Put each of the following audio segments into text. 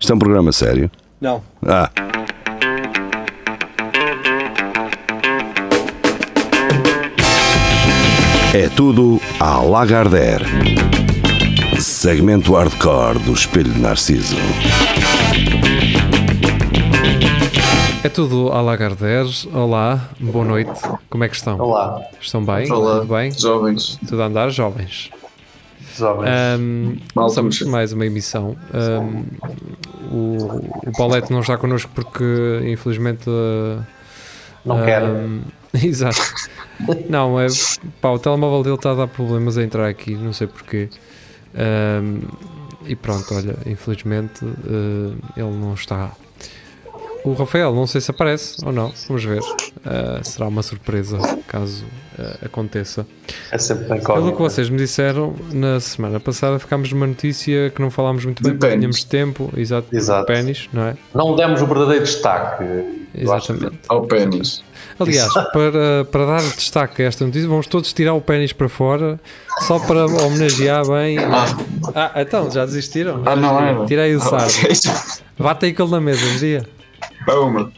Isto é um programa sério. Não. Ah, é tudo à Lagardère. Segmento hardcore do Espelho de Narciso. É tudo à Lagardère. Olá, boa noite. Como é que estão? Olá, Estão bem? olá, Tudo bem? jovens, Tudo a andar, jovens? jovens. Ah, Ahm, Mal começamos tudo. mais uma emissão. Ahm, o, o Paulette não está connosco porque, infelizmente. ah, não quero. ahm, exato. Não, é. Pá, o telemóvel dele está a dar problemas a entrar aqui, não sei porquê. Ahm, e pronto, olha, infelizmente ah, ele não está. O Rafael, não sei se aparece ou não, vamos ver. Ah, será uma surpresa caso ah, aconteça. é sempre bem Pelo que cómico. vocês me disseram, na semana passada ficámos numa notícia que não falámos muito bem, De porque pênis. tínhamos tempo, exato, Exato. pênis, não é? Não demos o verdadeiro destaque. Eu acho que- Exatamente. Ao pênis. Aliás, para, para dar destaque a esta notícia, vamos todos tirar o pênis para fora, só para homenagear bem. Ah, então, já desistiram? Ah, não era? Tira aí o sardo. sardo. Bate aí aquele na mesa, dia. Pumba.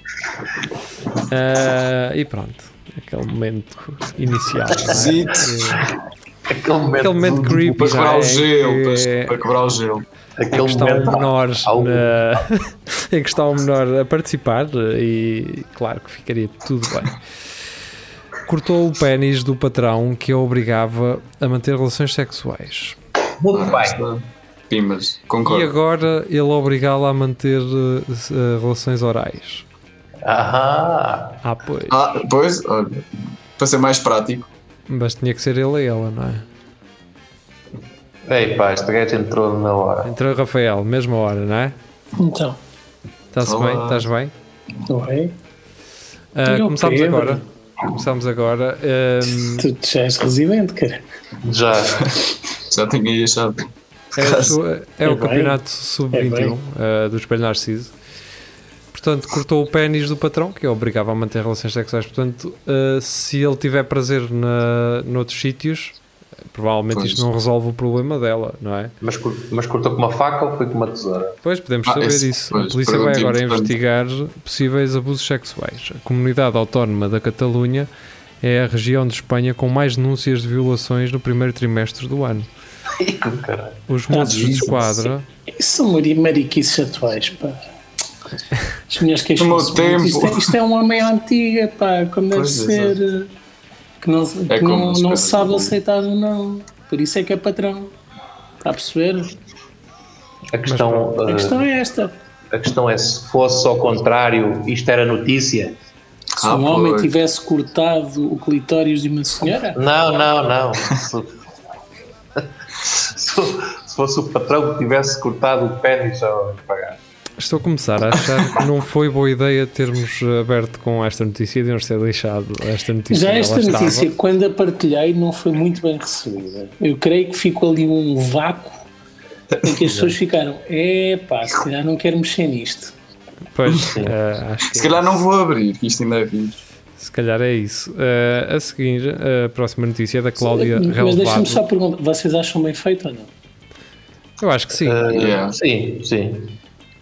Ah, e pronto, aquele momento inicial. não é? Que- Aquele momento, Aquele momento do- creepy. Para já quebrar é, o gelo. que- Para, para quebrar o gelo. aquele em que está o momento- menor algo. na- em que está o menor a participar e claro que ficaria tudo bem cortou o pênis do patrão que a obrigava a manter relações sexuais Muito Ah, bem. está. Pimbas. e Concordo. agora ele obrigá-la a manter eh, se- eh, relações orais Aham. ah pois Ah, pois, olha. Para ser mais prático. mas tinha que ser ele e ela não é Ei, pá, este gajo entrou na hora. entrou o Rafael mesma hora não é Então, é? está-se Olá. bem estás bem oi, Ah, Olha o começámos Pedro. agora começámos agora ehm, Ahm, tu já és residente, cara. Já. Já tenho aí a chave. É, a sua- é o bem. campeonato É bem. sub-21 eh, do Espelho Narciso. Portanto, cortou o pênis do patrão, que o obrigava a manter relações sexuais. Portanto, eh, se ele tiver prazer na, noutros sítios, eh, provavelmente Pois. isto não resolve o problema dela, não é? Mas, cur- mas cortou com uma faca ou foi com uma tesoura? Pois, podemos Ah, saber esse- isso. a pois, polícia vai pergunta agora importante. investigar possíveis abusos sexuais. A comunidade autónoma da Catalunha é a região de Espanha com mais denúncias de violações no primeiro trimestre do ano. Ih, que caralho. Os monstros de Jesus. esquadra... Isso são mari- mariquices atuais, pá. As mulheres que No meu tempo. Isto, é- isto é um homem à antiga, pá, como deve Pois, ser. eh, Que não, que É como não, se não calhar- se sabe aceitar ou não. Por isso é que é patrão. Está a perceber? A questão, A Ah. eh, questão é esta. a questão é se fosse ao contrário, isto era notícia? Se Ah, um homem pois. tivesse cortado o clitóris de uma senhora, Não, não, não. Se, se- se fosse o patrão que tivesse cortado o pênis, já vamos pagar. Estou a começar a achar que não foi boa ideia termos aberto com esta notícia e devemos ter deixado esta notícia. já é onde esta ela estava. notícia, quando a partilhei, não foi muito bem recebida. Eu creio que ficou ali um vácuo em que as pessoas ficaram: epá, se calhar não quero mexer nisto. Pois, eh, acho que Se calhar não vou abrir, que isto ainda é vivo. se calhar é isso. Eh, a seguir, a próxima notícia é da Cláudia Mas deixa-me Relevado. só perguntar: vocês acham bem feito ou não? Eu acho que sim. Eh, Yeah. Sim, sim.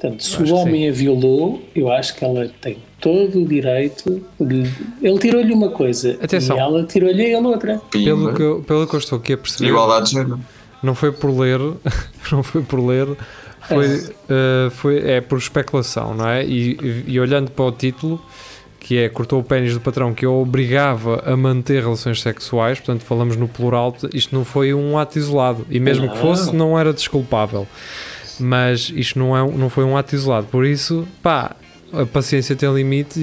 Portanto, se acho o que homem a violou, eu acho que ela tem todo o direito. De... Ele tirou-lhe uma coisa Atenção. e ela tirou-lhe a ele outra. Pimba. Pelo que, eu- pelo que eu estou aqui a perceber, Igualdade de género. não foi por ler, não foi por ler, foi, eh, foi, é por especulação, não é? E, e- e olhando para o título, que é cortou o pênis do patrão que o obrigava a manter relações sexuais, portanto falamos no plural, portanto, isto não foi um ato isolado, e mesmo que fosse, não era desculpável. Mas isto não, é, um- não foi um ato isolado, por isso, pá, a paciência tem limite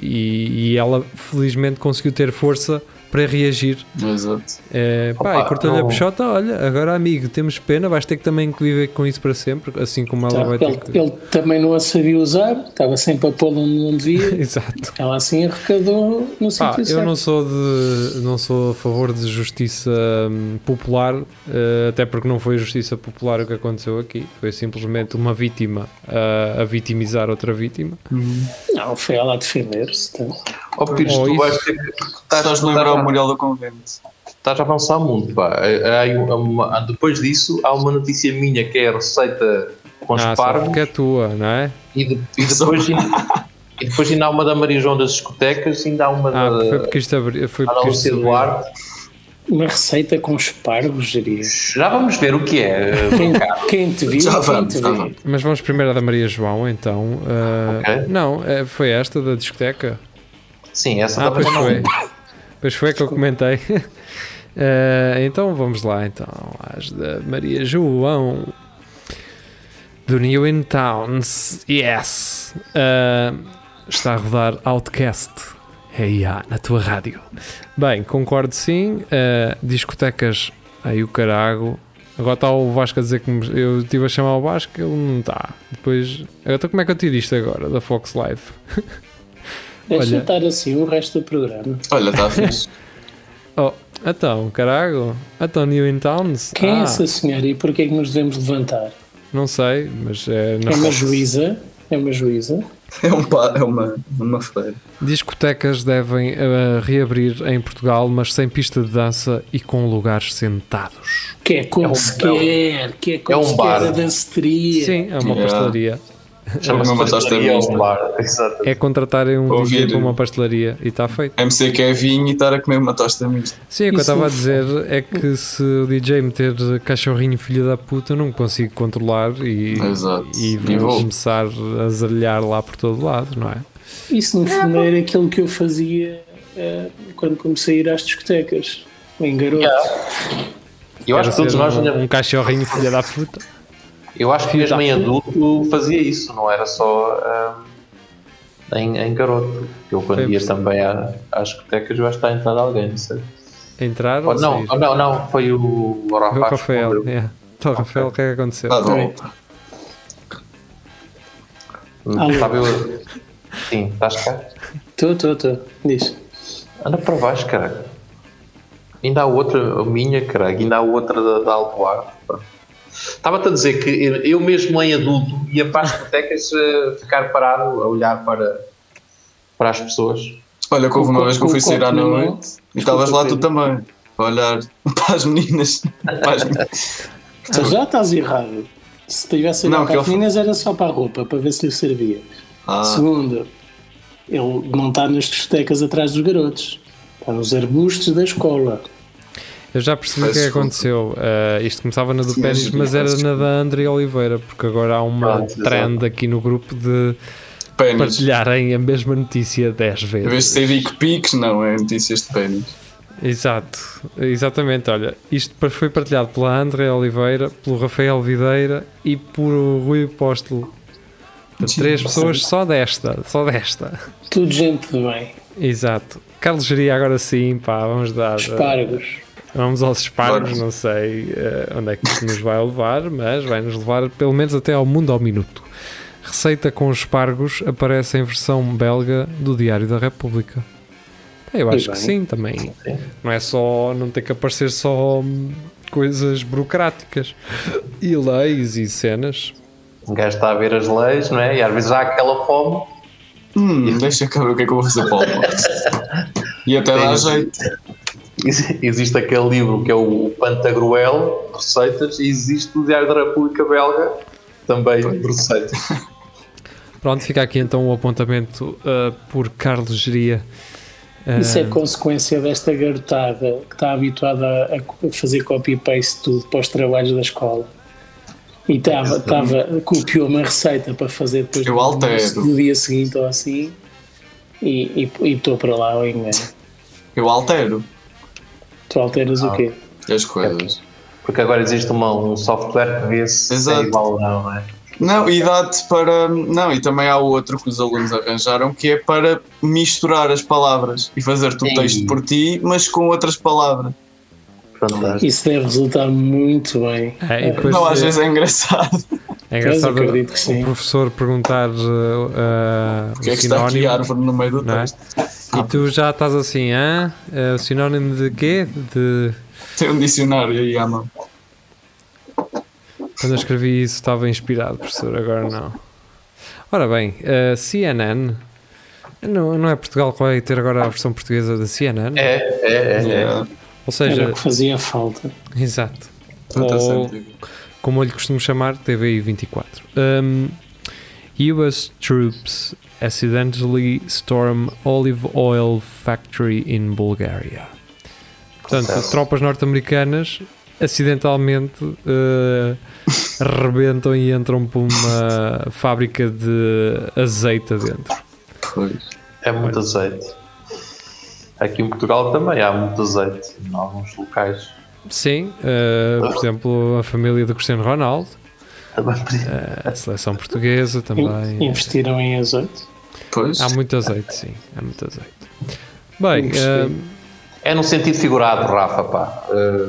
e, e, e ela felizmente conseguiu ter força para reagir Exato. é, pá, Opa, e cortou-lhe a não- peixota, olha, agora amigo, temos pena, vais ter que também que viver com isso para sempre, assim como ela Tá, vai ter Ele, que. ele também não a sabia usar, estava sempre a pô-la onde não devia. Exato. Ela assim arrecadou no Pá, sentido eu certo. não sou de. não sou a favor de justiça hum, popular, eh, até porque não foi justiça popular o que aconteceu aqui. Foi simplesmente uma vítima ah, a vitimizar outra vítima. Não, foi ela a defender-se. tá? Ó Pires, Oh, tu isso- vais ter que. Estás, Estás a lembrar o Muriel do Convento. estás a é, avançar muito, pá. Há- há aí uma- depois disso, há uma notícia minha que é a é receita com os Ah, só parvos porque é tua, não é? e, de- e depois, ainda- e depois ainda há uma da Marijão das discotecas e ainda há uma Ah, foi da porque isto abriu. Foi Ana porque isto Lúcia abriu. Duarte. Uma receita com espargos, diria. Já vamos ver o que é. Quem, quem te viu, Já quem vamos, te já vê. vamos. Mas vamos primeiro à da Maria João, então. ah, Ok. Não, eh, foi esta da discoteca. Sim, essa Ah, também pois não. foi. Pois foi que eu comentei. Eh, então vamos lá, então. As da Maria João. Do New in Towns. Yes! Eh, está a rodar Outcast. Hey, ah, na tua rádio. Bem, concordo sim. Eh, discotecas. Aí o carago. Agora está o Vasco a dizer que me- eu estive a chamar o Vasco, ele não está. Depois. Então como é que eu tiro isto agora da Fox Live? Deixa Olha. estar assim o resto do programa. Olha, está fixe. Oh, então, carago. Então, New in Towns? Quem Ah, é essa senhora e porquê é que nos devemos levantar? Não sei, mas é na É uma Fox. juíza? É uma juíza? É, um pa, é uma, uma feira. Discotecas devem eh, reabrir em Portugal, mas sem pista de dança e com lugares sentados. Que é como É um- se quer, que é como é um se bar. quer a danceteria. Sim, é uma Yeah. pastelaria. Chama-se Não, mas acho que é Pastelaria ao mesmo. Bar. Exato. É contratarem um Ouvir. DJ para uma pastelaria e está feito. MC que é vinho e estar a comer uma tosta mista. Sim, o que eu Isso estava a não- dizer é que se o DJ meter cachorrinho filha da puta, eu não consigo controlar e, Exato. e E vou vou. começar a zaralhar lá por todo lado, não é? Isso no fundo era aquilo que eu fazia eh, quando comecei a ir às discotecas. Em garoto. Eu acho Quero que todos ser nós, um, um ainda- cachorrinho filha da puta. eu acho que mesmo em adulto fazia isso, não era só ah, em, em garoto. Eu quando Foi ia possível. também à- às discotecas, eu acho que está a entrar alguém, não sei. Entrar Oh, ou não, sair? oh, não, não, foi o Foi o Rafa. Rafael, yeah. Então, Rafael, o que é que aconteceu? Dá de Tá volta. Alô. é. Fábio, sim, estás cá? Estou, estou, estou. Diz. Anda para baixo, caralho. Ainda há outra, a minha, caralho. Ainda há outra da, da Alcoar. Estava-te a dizer que eu- eu mesmo em adulto ia para as discotecas eh, ficar parado a olhar para, para as pessoas. Olha, que houve Com- uma vez que eu com fui o sair copo à na mão. noite e estavas lá tu também. A olhar para as meninas. Para as meninas. Tu já estás errado. Se tivesse Não, ido que para as ele- meninas era só para a roupa, para ver se lhe servia. Ah, Segundo, ele não está nas discotecas atrás dos garotos. Está nos arbustos da escola. Eu já percebi o que é que Peço aconteceu. Uh, isto começava na do Sim, Pérez, mas- mas era peço na da André Oliveira, porque agora há uma Pronto, trend aqui no grupo de pênis. Em partilharem a mesma notícia 10 vezes. vez de ser Dick Pics, não, é notícias de pênis. Exato, exatamente. Olha, isto par- foi partilhado pela André Oliveira, pelo Rafael Videira e por o Rui Apóstolo. Portanto, Sim, Três pessoas só desta, só desta. Tudo gente de bem. Exato. Carlos Geria, agora sim, pá, vamos dar. uh, Espargos. Vamos aos disparos, Vamos. não sei eh, onde é que isso nos vai levar, mas vai nos levar pelo menos até ao mundo ao minuto. Receita com espargos aparece em versão belga do Diário da República. Bem, Eu Pois acho que bem. sim, também. Não é só. Não tem que aparecer só hum, coisas burocráticas e leis e cenas. Um gajo está a ver as leis, não é? E às vezes há aquela fome. Hum, deixa cá ver o que é que eu vou fazer para o almoço. E até dá Pênis. jeito. Ex- Existe aquele livro que é o Pantagruel, de receitas, e existe o Diário da República Belga, também de receitas. Pronto, fica aqui então o apontamento eh, por Carlos Geria. Eh, Isso é consequência desta garotada que está habituada a co- a fazer copy-paste tudo para os trabalhos da escola. E estava, estava, copiou uma receita para fazer depois Eu do altero. almoço do dia seguinte ou assim e e- e estou para lá ao engano. Eu altero Tu alteras Ah, o quê? as coisas. Porque agora existe uma- um software que vê se é Exato. igual ou não, não é? Não, e dá-te para. Não, e também há outro que os alunos arranjaram que é para misturar as palavras e fazer-te o Sim. texto por ti, mas com outras palavras. Fantástico. Isso deve resultar muito bem. eh, e depois, não, às eh, vezes é engraçado. É Pois, engraçado acredito que o sim. professor perguntar uh, uh, Porque é o que está aqui a sinónimo. árvore no meio do não é? texto? E tu já estás assim, hã? Eh, o sinónimo de quê? De... Tem um dicionário aí à mão. Quando eu escrevi isso estava inspirado, professor, agora não. Ora bem, eh, CNN. Não, não é Portugal que vai ter agora a versão portuguesa da CNN? É, é, é. é. Yeah. Ou Era seja, o que fazia falta. exato. Não está Ou certo. como eu lhe costumo chamar, TVI 24. Um, US troops accidentally storm olive oil factory in Bulgaria. Portanto, Acontece. tropas norte-americanas acidentalmente uh, rebentam e entram por uma fábrica de azeite adentro. Pois. É muito azeite. Aqui em Portugal também há muito azeite em alguns locais. Sim, uh, por exemplo, a família do Cristiano Ronaldo, uh, Também a seleção portuguesa In- também. é. Investiram em azote. Pois. Há muito azeite, sim, há muito azeite. Bem, Investiram. ah, É no sentido figurado, Rafa, pá. Eh,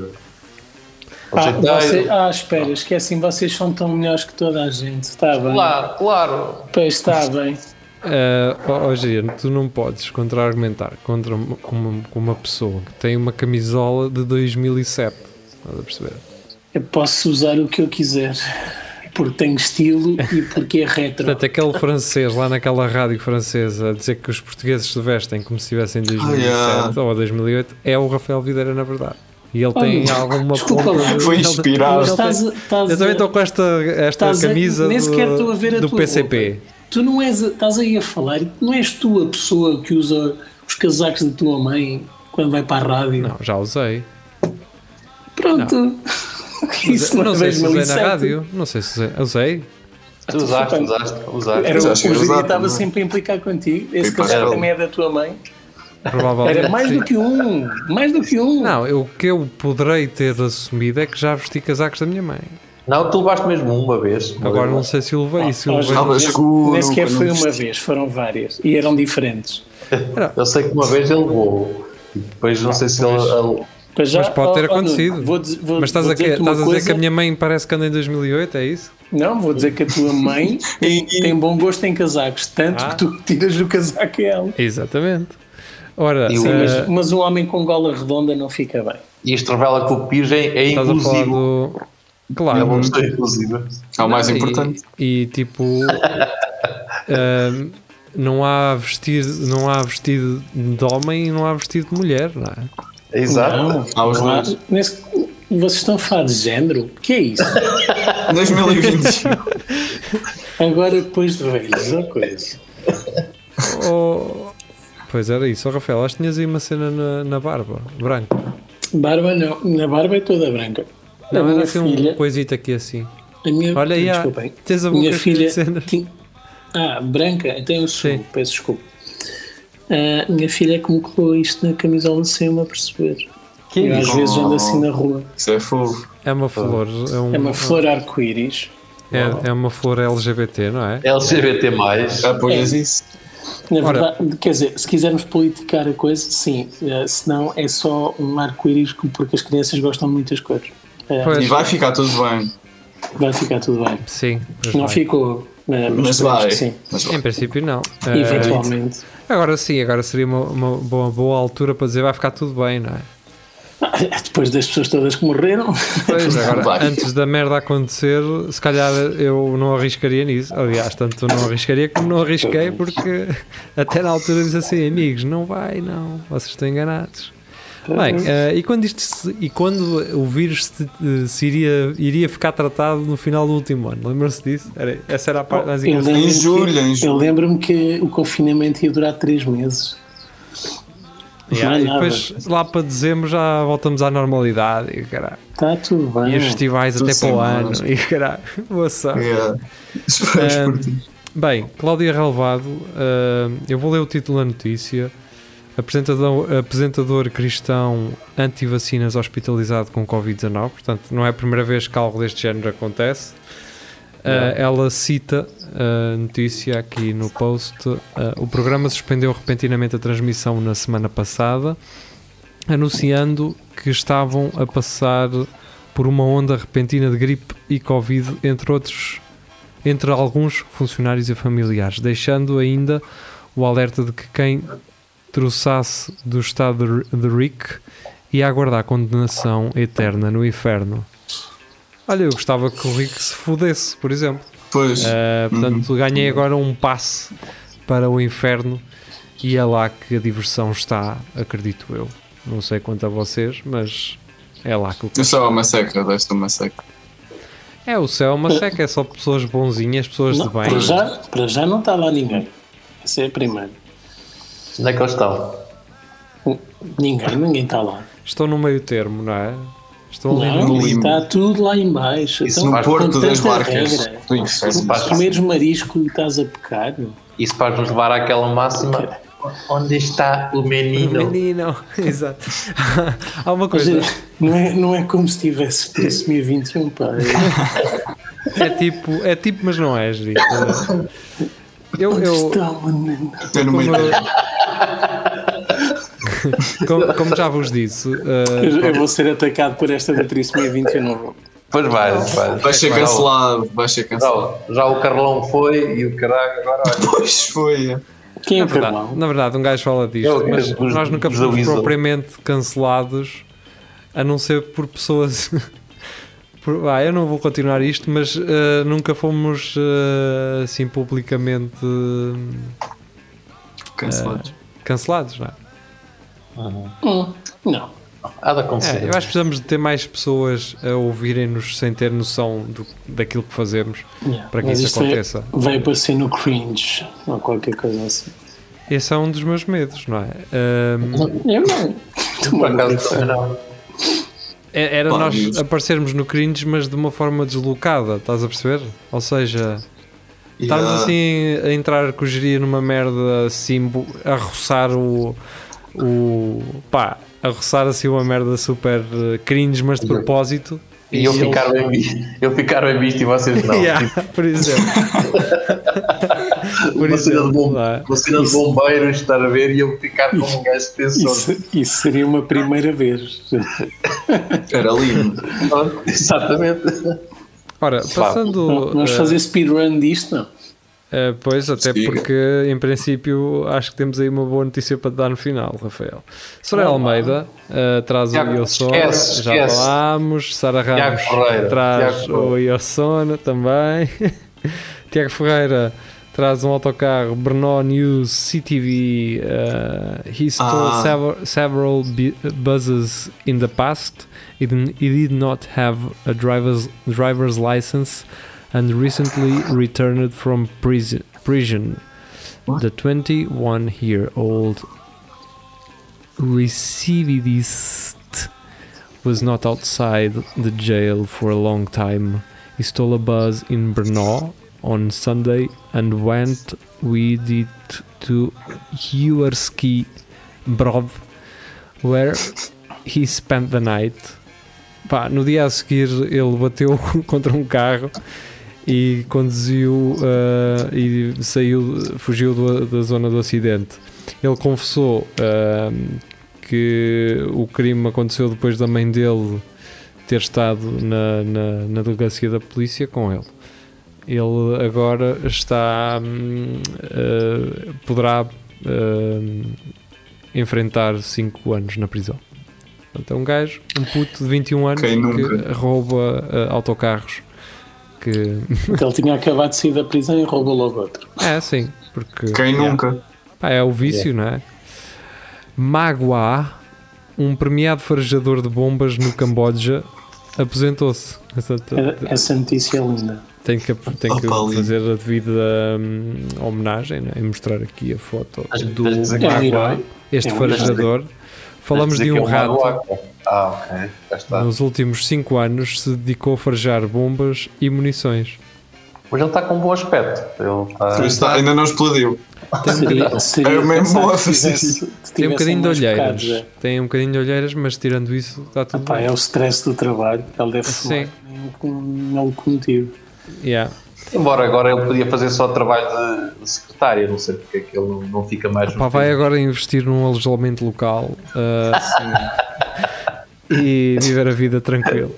Ah, azeiteiro. você- ah, espera, esquecem, vocês são tão melhores que toda a gente. Está bem. Claro, claro. Pois está bem. ah, ó- ó, Geriano, tu não podes contra-argumentar contra uma, com uma, com uma pessoa que tem uma camisola de 2007. Estás a perceber? Eu posso usar o que eu quiser. Porque tenho estilo e porque é retro. Portanto, aquele francês lá naquela rádio francesa a dizer que os portugueses se vestem como se Ah, estivessem em 2007 yeah. ou 2008 é o Rafael Videira, na verdade. E ele tem Olha, alguma desculpa ponta lá. de- Foi ele- inspirado. ele tem- Estás a- estás Eu também a- estou com esta, esta estás a- camisa nem do, sequer estou a ver a do tua PCP. roupa. Tu não és, a- estás aí a falar, não és tu a pessoa que usa os casacos da tua mãe quando vai para a rádio. Não, já usei. Pronto. Isso não sei é se usei na 2007. rádio. Não sei se usei. Usei? Tu usaste, usaste, usaste. Era, o Já chegou Júlio usado, estava não é? sempre a implicar contigo. Esse Implicar. casaco também é da tua mãe. Provavelmente. Era mais sim. do que um. Mais do que um. Não, eu- o que eu poderei ter assumido é que já vesti casacos da minha mãe. Não, tu levaste mesmo uma vez. Agora não sei se o levei. e se o Oh, levei- Jorge, Estava nem- escuro, Nem sequer quando foi viste. uma vez, foram várias. E eram diferentes. Eu sei que uma vez ele levou. E depois Ah, não sei se ele. ele- Para já, Mas pode oh, ter oh, Nuno, acontecido. vou dizer- vou- Mas estás, vou a, que- dizer-te uma estás a dizer que coisa. a minha mãe parece que anda em 2008, é isso? Não, vou dizer que a tua mãe tem, tem bom gosto em casacos, tanto Ah. que tu tiras do casaco a ela. Exatamente. Ora, E o- eh, Mas, mas um homem com gola redonda não fica bem. E isto revela que o Pires é, é estás a falar inclusivo. do. É Claro. uma questão inclusiva. É o mais E- importante. E, tipo, ahm, não, há vestido, não há vestido de homem e não há vestido de mulher, não é? Exato. Não, Há os não há- dois. nesse- vocês estão a falar de género? O que é isso? 2021. Agora depois de velhos, ou coisa. Oh, pois era isso, oh, Rafael. Acho que tinhas aí uma cena na, na barba, branca. Barba não, na barba é toda branca. a Não, era minha assim filha, um coisito aqui assim. a minha, Olha aí, ah, desculpem. tens a boca minha cheia de filha cenas. ti- Ah, branca, então eu sou, Sim. peço desculpa. A minha filha é que me colou isto na camisola sem me aperceber. Que eu às isso? vezes ando assim na rua. Isso é fofo. É uma flor. É, um- É uma flor arco-íris. é- é uma flor LGBT, não é? LGBT. Apoias isso? É. Na Ora. verdade, quer dizer, se quisermos politicar a coisa, sim. Eh, Se não, é só um arco-íris com- porque as crianças gostam de muitas cores. Eh, Pois, E vai ficar tudo bem. Vai ficar tudo bem. Sim, pois Não vai. ficou, eh, Mas mas, vai. vai. sim. Mas Em vai. princípio, não. Eh, Eventualmente. agora sim, agora seria uma, uma boa, boa altura para dizer vai ficar tudo bem, não é? Ah, Depois das pessoas todas que morreram, Pois, agora, Vai. antes da merda acontecer, se calhar eu não arriscaria nisso. Aliás, tanto não arriscaria como não arrisquei, porque até na altura disse assim: amigos, não vai, não, vocês estão enganados. Bem, Uhum. eh, e, quando isto se- e quando o vírus se, eh, se iria, iria ficar tratado no final do último ano? Lembram-se disso? Era- essa era a Oh, parte mais eu engraçada. lembro-me Em julho, que, em julho. Eu lembro-me que o confinamento ia durar três meses. Yeah, não é e nada. depois, lá para dezembro, já voltamos à normalidade. E, caralho, Está Tá tudo bem. e os festivais Ah, tudo até para o sem ano. nós. E caralho, boa sorte. Yeah. Esperas É. por ti. Eh, Bem, Cláudia Relvado, ah, eu vou ler o título da notícia. Apresentador, apresentador cristão anti-vacinas hospitalizado com Covid-19, portanto, não é a primeira vez que algo deste género acontece. Ah, ela cita a notícia aqui no post. ah, o programa suspendeu repentinamente a transmissão na semana passada, anunciando que estavam a passar por uma onda repentina de gripe e Covid, entre outros entre alguns funcionários e familiares, deixando ainda o alerta de que quem trouxasse do estado de- de Rick ia aguardar condenação eterna no inferno. Olha, eu gostava que o Rick se fudesse, por exemplo. Pois. Ah, portanto, Uhum. ganhei agora um passe para o inferno e é lá que a diversão está, acredito eu. Não sei quanto a vocês, mas é lá que o Eu sou uma seca, desta uma seca. É, o céu é uma seca, é só pessoas bonzinhas, pessoas Não, de bem. para, já, para já não está lá ninguém. Essa é a primeira. Hum, Onde é que eles estão? Ninguém, ninguém está lá. Estão no meio termo, não é? Estão ali no Não, limbo. está tudo lá em baixo. Então, Isso No Mas Porto com das tanta Barcas regra, do Inferno. Se comeres marisco e estás a pecar, Isso faz-nos levar àquela máxima. Onde está o menino? Menino, exato. Há uma mas, coisa, não, é, não é como se tivesse assumir 21, pá. é tipo, é tipo, mas não é, Jerito. Eu, Onde eu, está o menino? Tem no meio como- da- como, como já vos disse, eh, Eu, eu vou ser atacado por esta da Trissomia 21, não vou. Pois vai, vai. Vai ser Agora, cancelado, vai ser Já, cancelado. o- já o Carlão foi e o caralho agora olha. Pois foi. é. Quem é o verdade, Carlão? na verdade, um gajo fala disto, Eu- eu- mas os- nós nunca os fomos aviso. propriamente cancelados, a não ser por pessoas. por- ah, eu não vou continuar isto, mas eh, nunca fomos eh, assim publicamente eh, Cancelado. cancelados, não é? Hum, não. Há de É, acontecer. eu acho que precisamos de ter mais pessoas a ouvirem-nos sem ter noção do, daquilo que fazemos Yeah, para que mas isso isto vai- aconteça. Vai aparecer no cringe ou qualquer coisa assim. Esse é um dos meus medos, não é? Ahm, Eu não. Por acaso também não. é- era Pá, nós mas- aparecermos no cringe, mas de uma forma deslocada, estás a perceber? Ou seja, estamos Yeah. assim a entrar com o geria numa merda assim, bo- a roçar o. o pá, a roçar assim uma merda super eh, cringe, mas de propósito. E eu eles- ficar bem visto. Eu ficar bem visto e vocês não. tipo, Yeah, por exemplo. por Uma cena de exemplo, bom- não é? uma cena de bombeiros estar a ver e eu ficar como um gajo Isso, pensou. isso seria uma primeira vez. Era lindo. Exatamente. Ora, passando. Vamos eh, fazer speedrun disto, não? eh, pois, até Siga. porque em princípio acho que temos aí uma boa notícia para te dar no final, Rafael. Soraya Almeida eh, traz o Tiago, Iosona, esquece, já esquece. falámos. Sara Ramos Ferreira, traz Tiago Ferreira. o Iosona também. Tiago Ferreira traz um autocarro Brno News CTV. eh, he stole Ah. sever- several bu- buses in the past. He didn't- he did not have a driver's, driver's license and recently returned from prison. prison. What? The 21 year old recidivist was not outside the jail for a long time. He stole a bus in Brno on Sunday and went with it to Uerski Brod, where he spent the night. Pá, no dia a seguir ele bateu contra um carro e conduziu ah, e saiu, fugiu do- da zona do acidente. Ele confessou ah, que o crime aconteceu depois da mãe dele ter estado na, na, na delegacia da polícia com ele. Ele agora está. hum, ah, poderá hum, enfrentar 5 anos na prisão. Portanto, é um gajo, um puto de 21 anos que Quem nunca? rouba ah, autocarros. Que. Porque ele tinha acabado de sair da prisão e roubou logo outro. É, sim, porque. Quem Yeah. nunca? Pá, é o vício, não é? Magua, um premiado farejador de bombas no Camboja, aposentou-se. Portanto, Essa notícia é linda. Tem que, tem que Opa, lindo. fazer a devida hum, homenagem né? e mostrar aqui a foto Mas- do mas dizer que É um Magua, herói. este É um farejador. Falamos Dizer de que é um rato maluco. Ah, ok. Já está. nos últimos 5 anos se dedicou a farejar bombas e munições. Mas ele está com um bom aspecto. Ele está. Mas tá, ainda não explodiu. Seria, seria Era mesmo pensar bom que fazer tivesse- isso. que um Tem um tivessem bocadinho de mais olheiras. pecados, é. Tem um bocadinho de olheiras, mas tirando isso está Ah tudo pá, bem. é o stress do trabalho, ele deve fumar Sim. com um locomotivo. Yeah. Embora agora ele podia fazer só trabalho de- de secretário, não sei porque é que ele não, não fica mais. Pá, vai agora investir num alojamento local ah, e viver a vida tranquilo.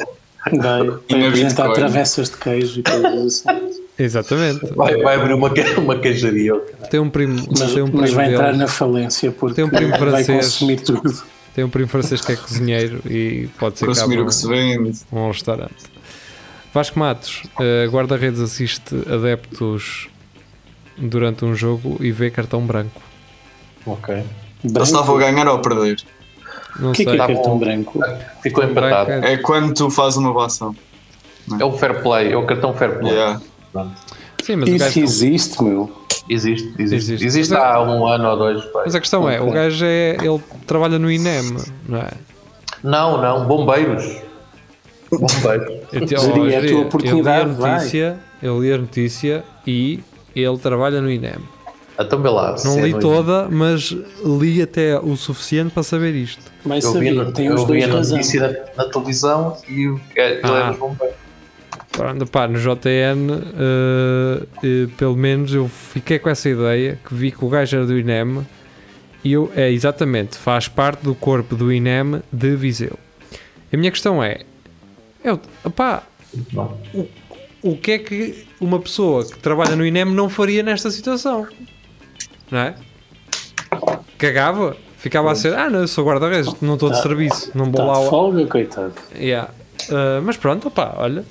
Dá na para apresentar Bitcoin. travessas de queijo e coisas assim. Exatamente. Vai, vai abrir uma, ca- uma queijaria. Tem um primo, Mas, tem um mas primo vai entrar dele- na falência porque Tem um primo vai francês. consumir tudo. tem um primo francês que é cozinheiro e pode ser Para que assumir abra o que se vende. um, um restaurante. Vasco Matos, ah, guarda-redes assiste adeptos durante um jogo e vê cartão branco. Ok. Ele estava Branco. a ganhar ou a perder. Não O que é que sei. é bom. cartão branco? é, Tá Ficou empatado. Branco É quando tu fazes uma boa ação. É o fair play, é o cartão fair play. Yeah. Sim, mas o Isso gajo. existe, meu. Existe, existe. Existe. Existe, Mas é- há um ano ou dois. pá. Mas a questão é, o gajo é. Ele trabalha no INEM, não é? Não, não, bombeiros. Bombeiros. Eu te- Geria, é a tua Geria, oportunidade, Ele lê a notícia, ele lê a notícia e ele trabalha no INEM. Então, vê lá. Não se é li no- toda, mas li até o suficiente para saber isto. Mas Eu vi, sabia, tem eu os vi dois a razão. notícia na, na televisão e o é, gajo Ah. era bombeiro. Pronto, pá, no JN, eh, eh, pelo menos eu fiquei com essa ideia que vi que o gajo era do INEM e eu, é exatamente, faz parte do corpo do INEM de Viseu. A minha questão é, é o- pá, Não. o que é que uma pessoa que trabalha no INEM não faria nesta situação? Não é? Cagava? Ficava a ser, ah não, eu sou guarda-redes, não estou de serviço, não vou Está lá Tá de folga, coitado. Yeah. Uh, mas pronto, opá, olha.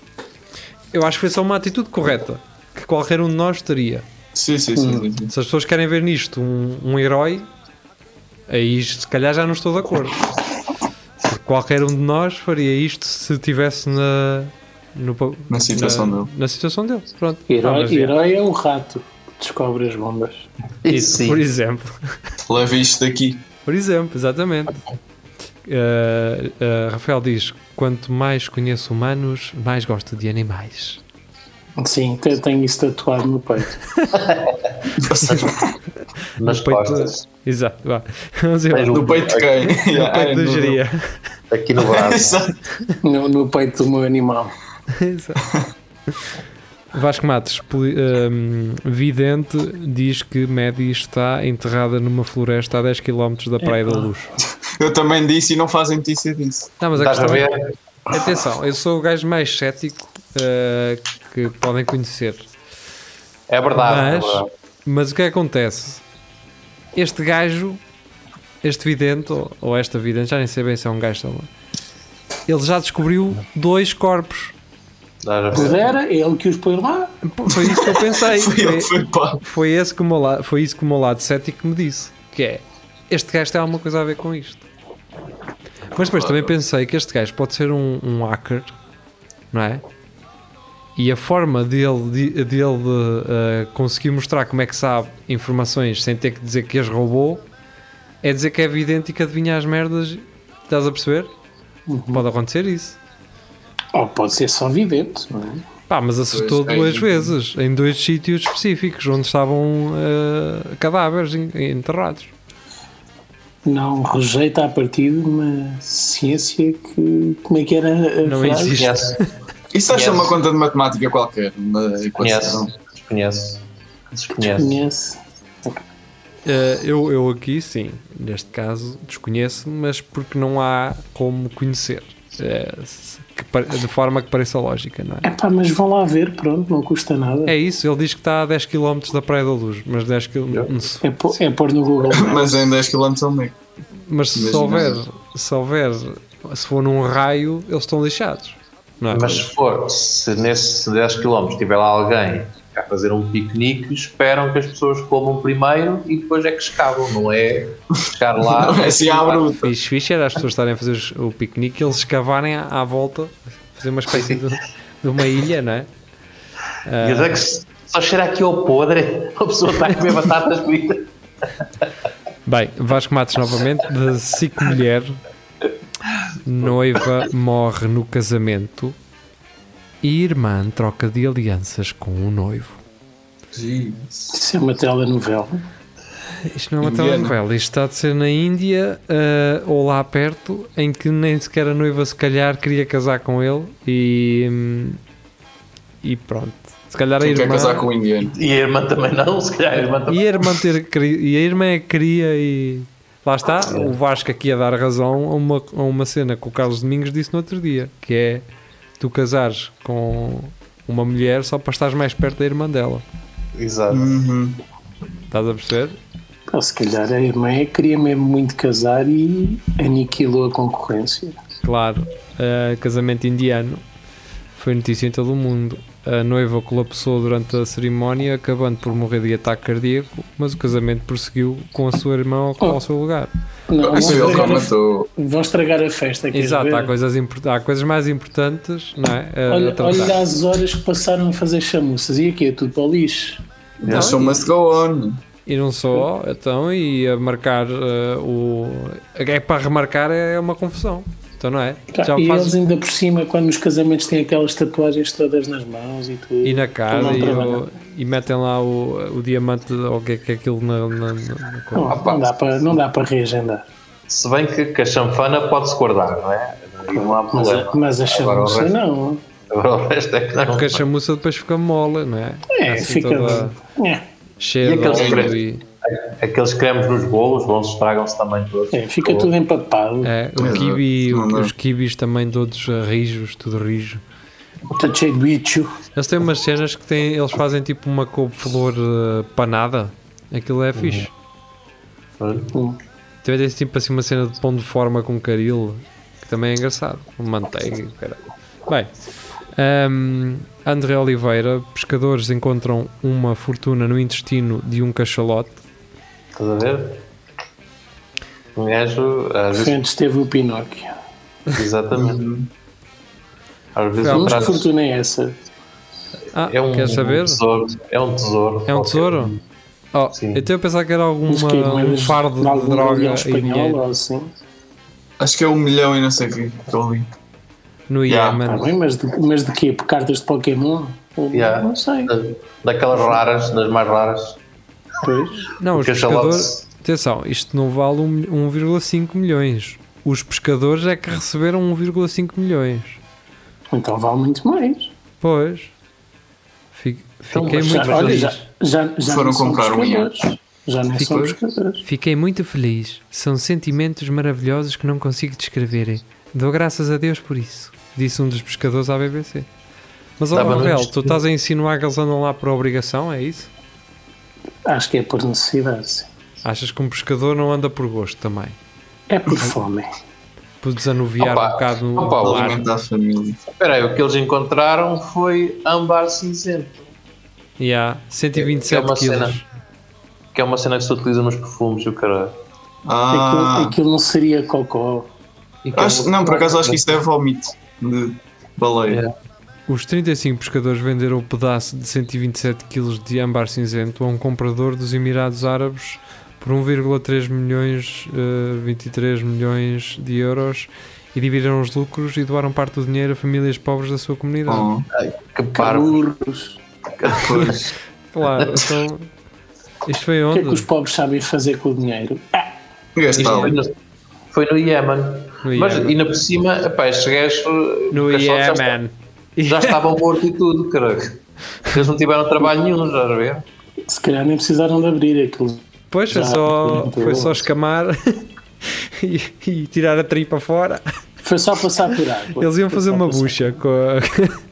Eu acho que foi só uma atitude correta que qualquer um de nós teria. Sim, sim, sim. sim, sim. Se as pessoas querem ver nisto um, um herói, aí se calhar já não estou de acordo. Porque qualquer um de nós faria isto se estivesse na, no pa- Na situação na- dele. na situação dele. Pronto. Ah, Herói, mas é. herói é um rato que descobre as bombas. Isso sim. Por exemplo. Leve isto daqui. Por exemplo, exatamente. Uh, uh, Rafael diz: Quanto mais conheço humanos, mais gosto de animais. Sim, te- tenho isso tatuado no peito. Nas No peito- costas. Exato, vá. Vamos embora. Tens um Do peito de quem? O peito da geria. Aqui no braço. Exato. No, no peito do meu animal. Exato. Vasco Matos, poli- hum, vidente, diz que Medi está enterrada numa floresta a 10 km da Praia da Luz. Eu também disse e não faz notícia disso. Não, mas a Estás a questão é, ver? atenção, eu sou o gajo mais cético uh, que podem conhecer. É verdade. é Mas, verdade. mas o que é que acontece? Este gajo, este vidente, ou, ou esta vidente, já nem sei bem se é um gajo ou não, ele já descobriu dois corpos. Estás a ver? Pudera, é ele que os põe lá. Foi isso que eu pensei. É, Foi ele que foi pá. foi, esse que o meu la- foi isso que o meu lado cético me disse: que é este gajo tem alguma coisa a ver com isto. Mas depois também pensei que este gajo pode ser um, um hacker, não é? E a forma dele, de, dele eh, conseguir mostrar como é que sabe informações sem ter que dizer que as roubou é dizer que é evidente e que adivinha as merdas. Estás a perceber? Pode acontecer isso. Ou pode ser só vidente, não é? Pá, mas acertou Pois, é, duas entendi. vezes, em dois sítios específicos, onde estavam eh, cadáveres en- enterrados. Não rejeita a partir de uma ciência que. Como é que era a Não frase? existe. Conhece, Isso acha Conhece. uma conta de matemática qualquer. Uma equação. conhece, desconhece. Desconhece. Conhece. Eh, eu, eu aqui, sim, neste caso, desconheço, mas porque não há como conhecer. eh, se- que pare- de forma que pareça lógica, não é? É pá, mas vão lá ver, pronto, não custa nada. É isso, ele diz que está a 10 km da Praia da Luz, mas 10 km, se É, pô- é pôr no Google. Mas em 10 km ao meio. mas se Mas houver, se houver, se for num raio, eles estão lixados, não é? Mas se for, se nesse 10 km tiver lá alguém a fazer um piquenique, esperam que as pessoas comam primeiro e depois é que escavam, não é? Chegar lá. Não, é assim à bruta. Fixe, fixe era as pessoas estarem a fazer os- o piquenique e eles escavarem à, à volta, fazer uma espécie de, de uma ilha, não é? E eles é que se- só cheira aqui ao podre, a pessoa está a comer batatas fritas. Bem, Vasco Matos novamente, da SIC Mulher, noiva morre no casamento e irmã troca de alianças com o noivo. Isso é uma telenovela. Isto não é uma Indiana. telenovela, isto está de ser na Índia eh, ou lá perto, em que nem sequer a noiva se calhar queria casar com ele e, hum, e pronto. Se calhar a Quem irmã... quer casar com o indiano? E a irmã também não, se calhar a irmã também. E a irmã, ter, queri- e a irmã é que queria e. Lá está, o Vasco aqui a dar razão a uma, a uma cena que o Carlos Domingos disse no outro dia, que é tu casares com uma mulher só para estares mais perto da irmã dela. Exato. Estás a perceber? Ou se calhar a irmã é que queria mesmo muito casar e aniquilou a concorrência. Claro, eh, casamento indiano foi notícia em todo o mundo. A noiva colapsou durante a cerimónia, acabando por morrer de ataque cardíaco, mas o casamento prosseguiu com a sua irmã ao, ao seu lugar. Não, vão Então, Isso é é ele já estragar, a, matou. vão estragar a festa. queres Exato, ver? há coisas, import- há coisas mais importantes, não é? A- a Olha, tratar. olha as horas que passaram a fazer chamuças e aqui é tudo para o lixo. The show must go on. E não só, então, e a marcar eh, o. É para remarcar é uma confusão. Então não é? Pá, Já Tá, e fazes eles ainda por cima, quando nos casamentos têm aquelas tatuagens todas nas mãos e tudo. e na Não cara e, trabalham. o- e metem lá o, o diamante ou o que é que é aquilo na, na, na- na coisa. Não, Ah, não, dá para, não dá para reagendar. Se bem que, que a chanfana pode-se guardar, não é? E não há Mas problema. a, mas a Agora o chamuça resto- não. Agora o resto é que não. Porque a chamuça depois fica mole, não é? É, Assim fica. toda É, cheia E de aqueles óleo preços? e. Aqueles É cremes nos bolos, bons estragam-se também todos. é, fica tudo empapado. É, o Exato. kiwi, o- Não dá. os kibis também todos eh, rijos, tudo rijo. Está cheio de bicho. Eles têm umas cenas que têm, eles fazem tipo uma couve-flor eh, panada. Aquilo é fixe. Também tem tipo assim uma cena de pão de forma com caril, que também é engraçado. Com Manteiga, e caralho. Bem, ahm, André Oliveira, pescadores encontram uma fortuna no intestino de um cachalote. Estás a ver? Um gajo, às vezes, Antes teve o Pinóquio. exatamente. Às vezes Foi um Mas que prato fortuna é essa? Ah, é um, quer saber? tesouro. É um tesouro. É um qualquer. tesouro? Oh, Sim. eu tenho a pensar que era Mas alguma, que é um moedas fardo algum de droga leão e espanhol dinheiro ou assim? Acho que é um milhão e não sei o que. Estou ali. no Yeah, Tá Iémen. bem, mas de, mas de quê? Por cartas de Pokémon? Eu Yeah. Não sei. Da- Daquelas raras, das mais raras. Pois. Não, os Cachalote. pescadores. Atenção, isto não vale um- 1,5 milhões. Os pescadores é que receberam 1,5 milhões. Então vale muito mais. Pois. Fic- Então, Fiquei mas muito Já, olha, feliz. já, já, já Foram não são comprar um iate. pescadores. Já não são Ficou- pescadores. Fiquei muito feliz. São sentimentos maravilhosos que não consigo descrever. Dou graças a Deus por isso, disse um dos pescadores à BBC. Mas, ó Dava Ravel, noite. tu estás a insinuar que eles andam lá por obrigação, é isso? Acho que é por necessidade. sim. Achas que um pescador não anda por gosto também? É Uhum. por fome. Por desanuviar Opa, um bocado no opa, no Claro. ar. Alimentar a família. Espera aí, o que eles encontraram foi âmbar cinzento. E É há 127 uma quilos. cena. Que é uma cena que se utiliza nos perfumes, o cara. Ah, Aquilo, aquilo não seria cocó. é acho, não, por acaso acho que isso é vómito de baleia. Os 35 pescadores venderam o pedaço de 127 kg de âmbar cinzento a um comprador dos Emirados Árabes por 1,3 milhões, eh, 23 milhões de euros e dividiram os lucros e doaram parte do dinheiro a famílias pobres da sua comunidade. Oh, Que parvo. Caburros. pois. Claro, então. Isto foi O Oh. que é que os onde? pobres sabem fazer com o dinheiro? Isto Gastá-lo. foi no, foi no Iémen. No Mas Iémen. ainda por cima, epá, este gajo. No o cachorro já está- Iémen. Já estava morto e tudo, caralho. Eles não tiveram trabalho nenhum, já a ver? Se calhar nem precisaram de abrir aquilo. Pois foi Já, só, muito foi bom. só escamar e, e tirar a tripa fora. Foi só passar por água. Eles iam Foi fazer só uma passar. bucha com a...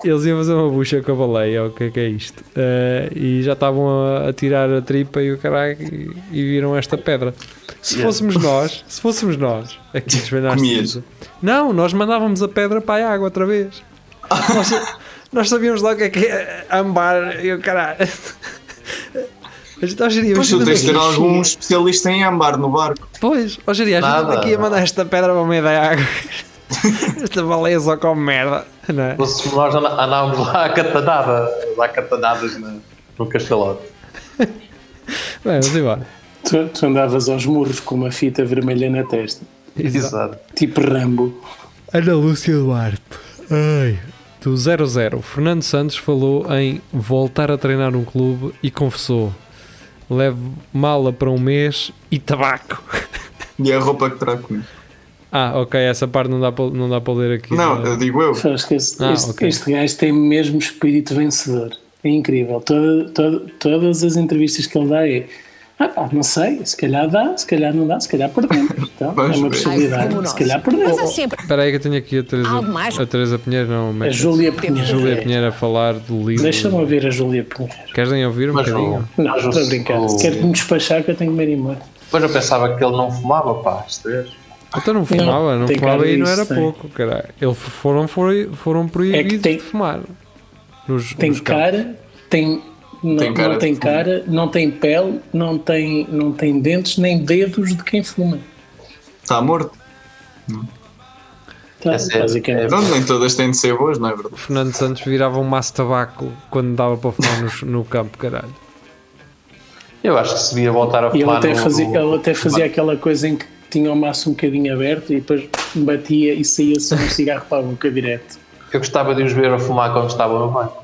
Eles iam fazer uma bucha com a baleia, o que é que é isto? Eh, e já estavam a, a tirar a tripa e o caralho e, e viram esta pedra. Se fôssemos nós, se fôssemos nós, aqui desvendaste Comias. isso. Não, nós mandávamos a pedra para a água outra vez. Nós, nós sabíamos lá o que é que é ambar e o caralho. Mas é nós iríamos Pois tu tens de ter aqui. algum especialista em âmbar no barco. Pois, ó Jari, a gente Nada. aqui a mandar esta pedra para o meio da água. esta baleia só come merda, não é? Se nós anda- andávamos lá a catanada, lá a catanadas na- no castalote. Bem, vamos embora. Tu, tu andavas aos murros com uma fita vermelha na testa. Exato. Tipo Rambo. Ana Lúcia Duarte. Ai. Do 00, Fernando Santos falou em voltar a treinar num clube e confessou: levo mala para um mês e tabaco. E a roupa que terá comigo. Ah, ok, essa parte não dá para, não dá para ler aqui. Não, eu digo eu. Acho que esse- Ah, este, ok. este gajo tem mesmo espírito vencedor. É incrível. Toda- toda- todas as entrevistas que ele dá é. Ah, pá, não sei, se calhar dá, se calhar não dá, se calhar perdemos. Então, Vamos é ver. uma Ai, como possibilidade. Se nós. Oh, calhar Pensa perdemos. sempre. Espera aí que eu tenho aqui a Teresa, Algo mais? a Teresa Pinheiro. Não, oh. A mas Júlia Pinheiro. Júlia Pinheiro a falar do livro. Deixa-me ouvir a Júlia Pinheiro. Querem ouvir um Mas bocadinho? não. Não, Mas estou a o- brincar. o- Quero-me despachar que eu tenho que me ir embora. Mas eu pensava que ele não fumava, pá, isto é. Então não fumava, não tem fumava cara e não disso, era tem. pouco, caralho. Eles foram, foram, foram proibidos É tem- de fumar. Nos, Tem nos campos. cara, tem, Tem não cara tem cara, não de tem, fuma. cara não tem pele, não tem, não tem dentes, nem dedos de quem fuma. Está morto. Tá, É sério, basicamente. Pronto, nem todas têm de ser boas, não é O verdade? Fernando Santos virava um maço de tabaco quando dava para fumar nos- no campo, caralho. Eu acho que se devia voltar a E ele fumar. até no- fazia, no- ele até fazia aquela coisa em que tinha o maço um bocadinho aberto e depois batia e saía-se um cigarro para a boca direto. Eu gostava de os ver a fumar quando estava no banco.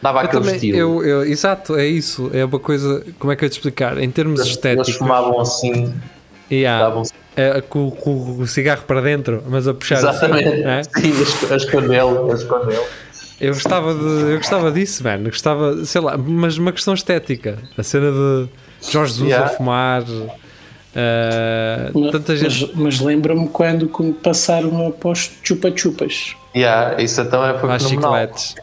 Dava Eu aquele também, estilo. eu- eu- exato, é isso. É uma coisa, como é que eu ia te explicar? Em termos Eles- estéticos, Eles fumavam assim, yeah, davam é, com, com o cigarro para dentro, mas a puxar. assim, Exatamente. não é? Sim, as, as canelas, as canelas. Eu gostava, de, eu gostava disso, mano. Gostava, sei lá, mas uma questão estética. A cena de Jorge Jesus Yeah. a fumar. eh, Mas- tanta gente. Mas, mas lembro-me quando como passaram após chupa-chupas. Yeah, isso então é Há fenomenal. chicletes.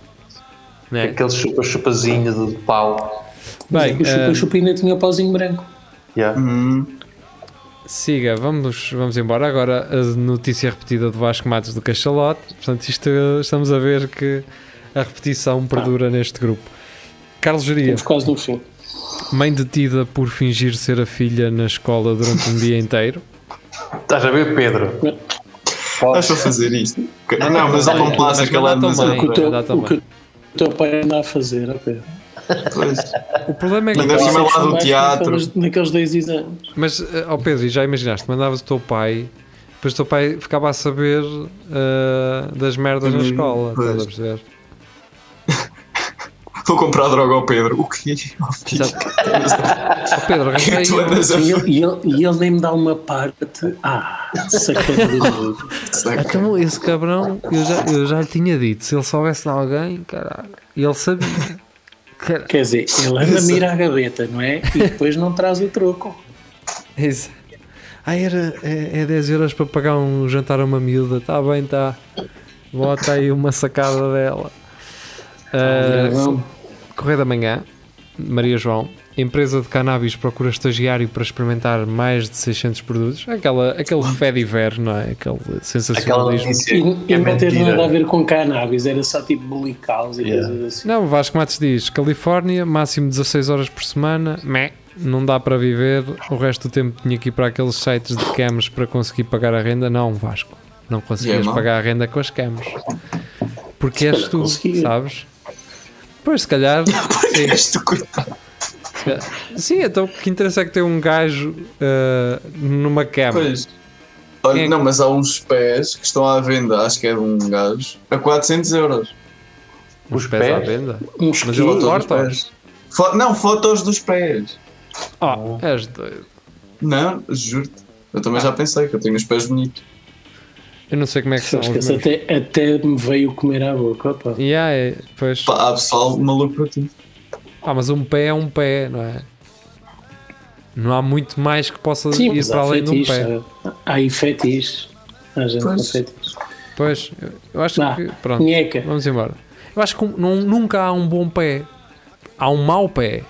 Né? Aquele chupa-chupazinho de pau. Bem, o eh, chupa-chupa ainda tinha o pauzinho branco. Yeah. Hum, siga, vamos, vamos embora. Agora a notícia repetida do Vasco Matos do Cachalote. Portanto, isto eh, estamos a ver que a repetição perdura neste grupo. Carlos Geria, Estamos quase no fim. mãe detida por fingir ser a filha na escola durante um dia inteiro. Estás a ver, Pedro? estás a fazer isto? Não, mas há um plaza que ela mandar nos também. O que o apoia. teu, dá também. o que o teu pai anda a fazer, ó Pedro? O problema é que. Ainda por cima Vocês lá do são mais teatro. Naqueles, naqueles dois exames. Mas, eh, ó Pedro, e já imaginaste, mandavas o teu pai, depois o teu pai ficava a saber eh, das merdas na Hum, escola, pois. estás a perceber? Vou comprar droga ao Pedro. O quê? Ó, filho, Exato. Ó Pedro, O que arranjei é que tu um. andas a E fazer? ele, e ele- e ele nem me dá uma parte. Ah, sacana de novo. Então, esse cabrão, eu já, eu já lhe tinha dito, se ele soubesse de alguém, caralho, ele sabia. Caralho. Quer dizer, ele anda mira a gaveta, não é? E depois não traz o troco. Isso. Ah, era, é, é 10 euros para pagar um jantar a uma miúda, está bem, está. Bota aí uma sacada dela. Ah, Correio da Manhã, Maria João, empresa de cannabis procura estagiário para experimentar mais de 600 produtos. Aquela, aquele fé de ver, não é? Aquele Aquela sensacionalismo. notícia E, que e é não teve nada a mentira. ver com cannabis, era só tipo bully cows e Yeah. coisas assim. Não, Vasco Matos diz: Califórnia, máximo 16 horas por semana, meh, não dá para viver. O resto do tempo tinha que ir para aqueles sites de cams para conseguir pagar a renda. Não, Vasco, não conseguias É, não? pagar a renda com as cams. Porque és tu, conseguia. sabes? Pois, se calhar. sim. é Este coitado. Sim, então o que interessa é que tem um gajo ah, numa cama. Pois. Quem é Olha, que- não, mas há uns pés que estão à venda, acho que é de um gajo, a 400 euros. Os Os pés, à pés? venda. Uns Mas quilos. ele Fotos dos corta? pés. Fo- não, fotos dos pés. Oh, és doido. Não, juro-te. Eu Ah. também já pensei que eu tenho os pés bonitos. Eu não sei como é que são os meus. Esquece, até, até me veio comer à boca. opa. Yeah, é, pois. Pá, há pessoal maluco para ti. Ah, mas um pé é um pé, não é? Não há muito mais que possa Sim, ir mas para há é. além de um fetiches. pé. sabe? Há aí fetiches. Há gente com Pois. fetiches. Pois, eu- eu acho Vá, que. Pronto, nheca. vamos embora. Eu acho que um- não- nunca há um bom pé. Há um mau pé.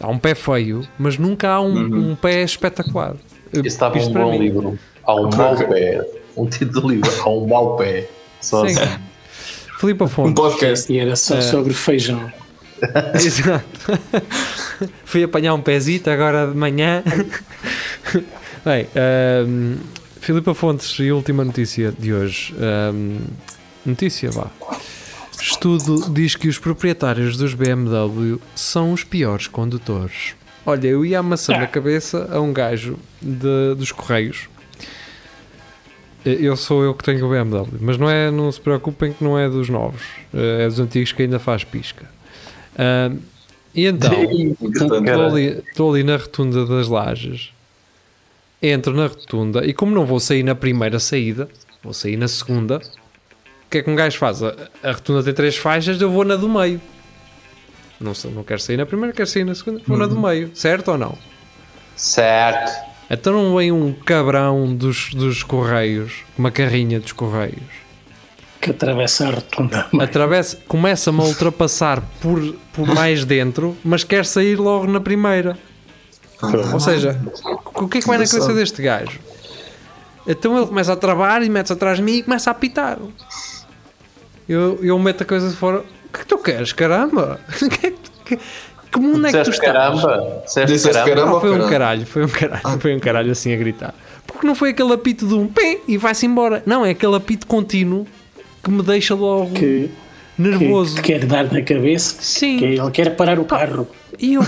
Há um pé feio, mas nunca há um, um pé espetacular. Uhum. Isso estava Isto um para bom mim. livro. Há um mau pé. Um título do livro. Há um mau pé. Só Sim. assim. Filipe Um Afonso. podcast. E era É. só sobre feijão. Exato. Fui apanhar um pezito agora de manhã. Bem, ahm, Filipe Fontes e última notícia de hoje. Ahm, notícia, vá. Estudo diz que os proprietários dos BMW são os piores condutores. Olha, eu ia amassando a cabeça a um gajo de- dos Correios. Eu sou eu que tenho o BMW, mas não, é, não se preocupem que não é dos novos, é dos antigos que ainda faz pisca. Ahm, e então, é. Estou Portanto, ali, estou ali na rotunda das lajes. Entro na rotunda e como não vou sair na primeira saída, vou sair na segunda. O que é que um gajo faz? A, a rotunda tem três faixas, eu vou na do meio. Não, sei, não quero sair na primeira, quero sair na segunda, vou na do meio, certo ou não? Certo. Então não vem um cabrão dos, dos correios, uma carrinha dos correios. que atravessa a rotunda. atravessa, começa-me a ultrapassar por, por mais dentro, mas quer sair logo na primeira. Ou seja, o que é que vai na cabeça deste gajo? Então ele começa a travar e mete-se atrás de mim e começa a apitar. Eu, eu meto a coisa de fora, que é que tu queres? Caramba! Que, é que, tu- que, que mundo é que tu Disseste estás? caramba. Disseste Disseste caramba. caramba Não, ou foi um caralho, caralho? foi um Ah. caralho, foi um caralho assim a gritar. Porque não foi aquele apito de um pé e vai-se embora. Não, é aquele apito contínuo que me deixa logo que, que, nervoso. que quer dar na cabeça. Sim. Que ele quer parar o carro. E eu,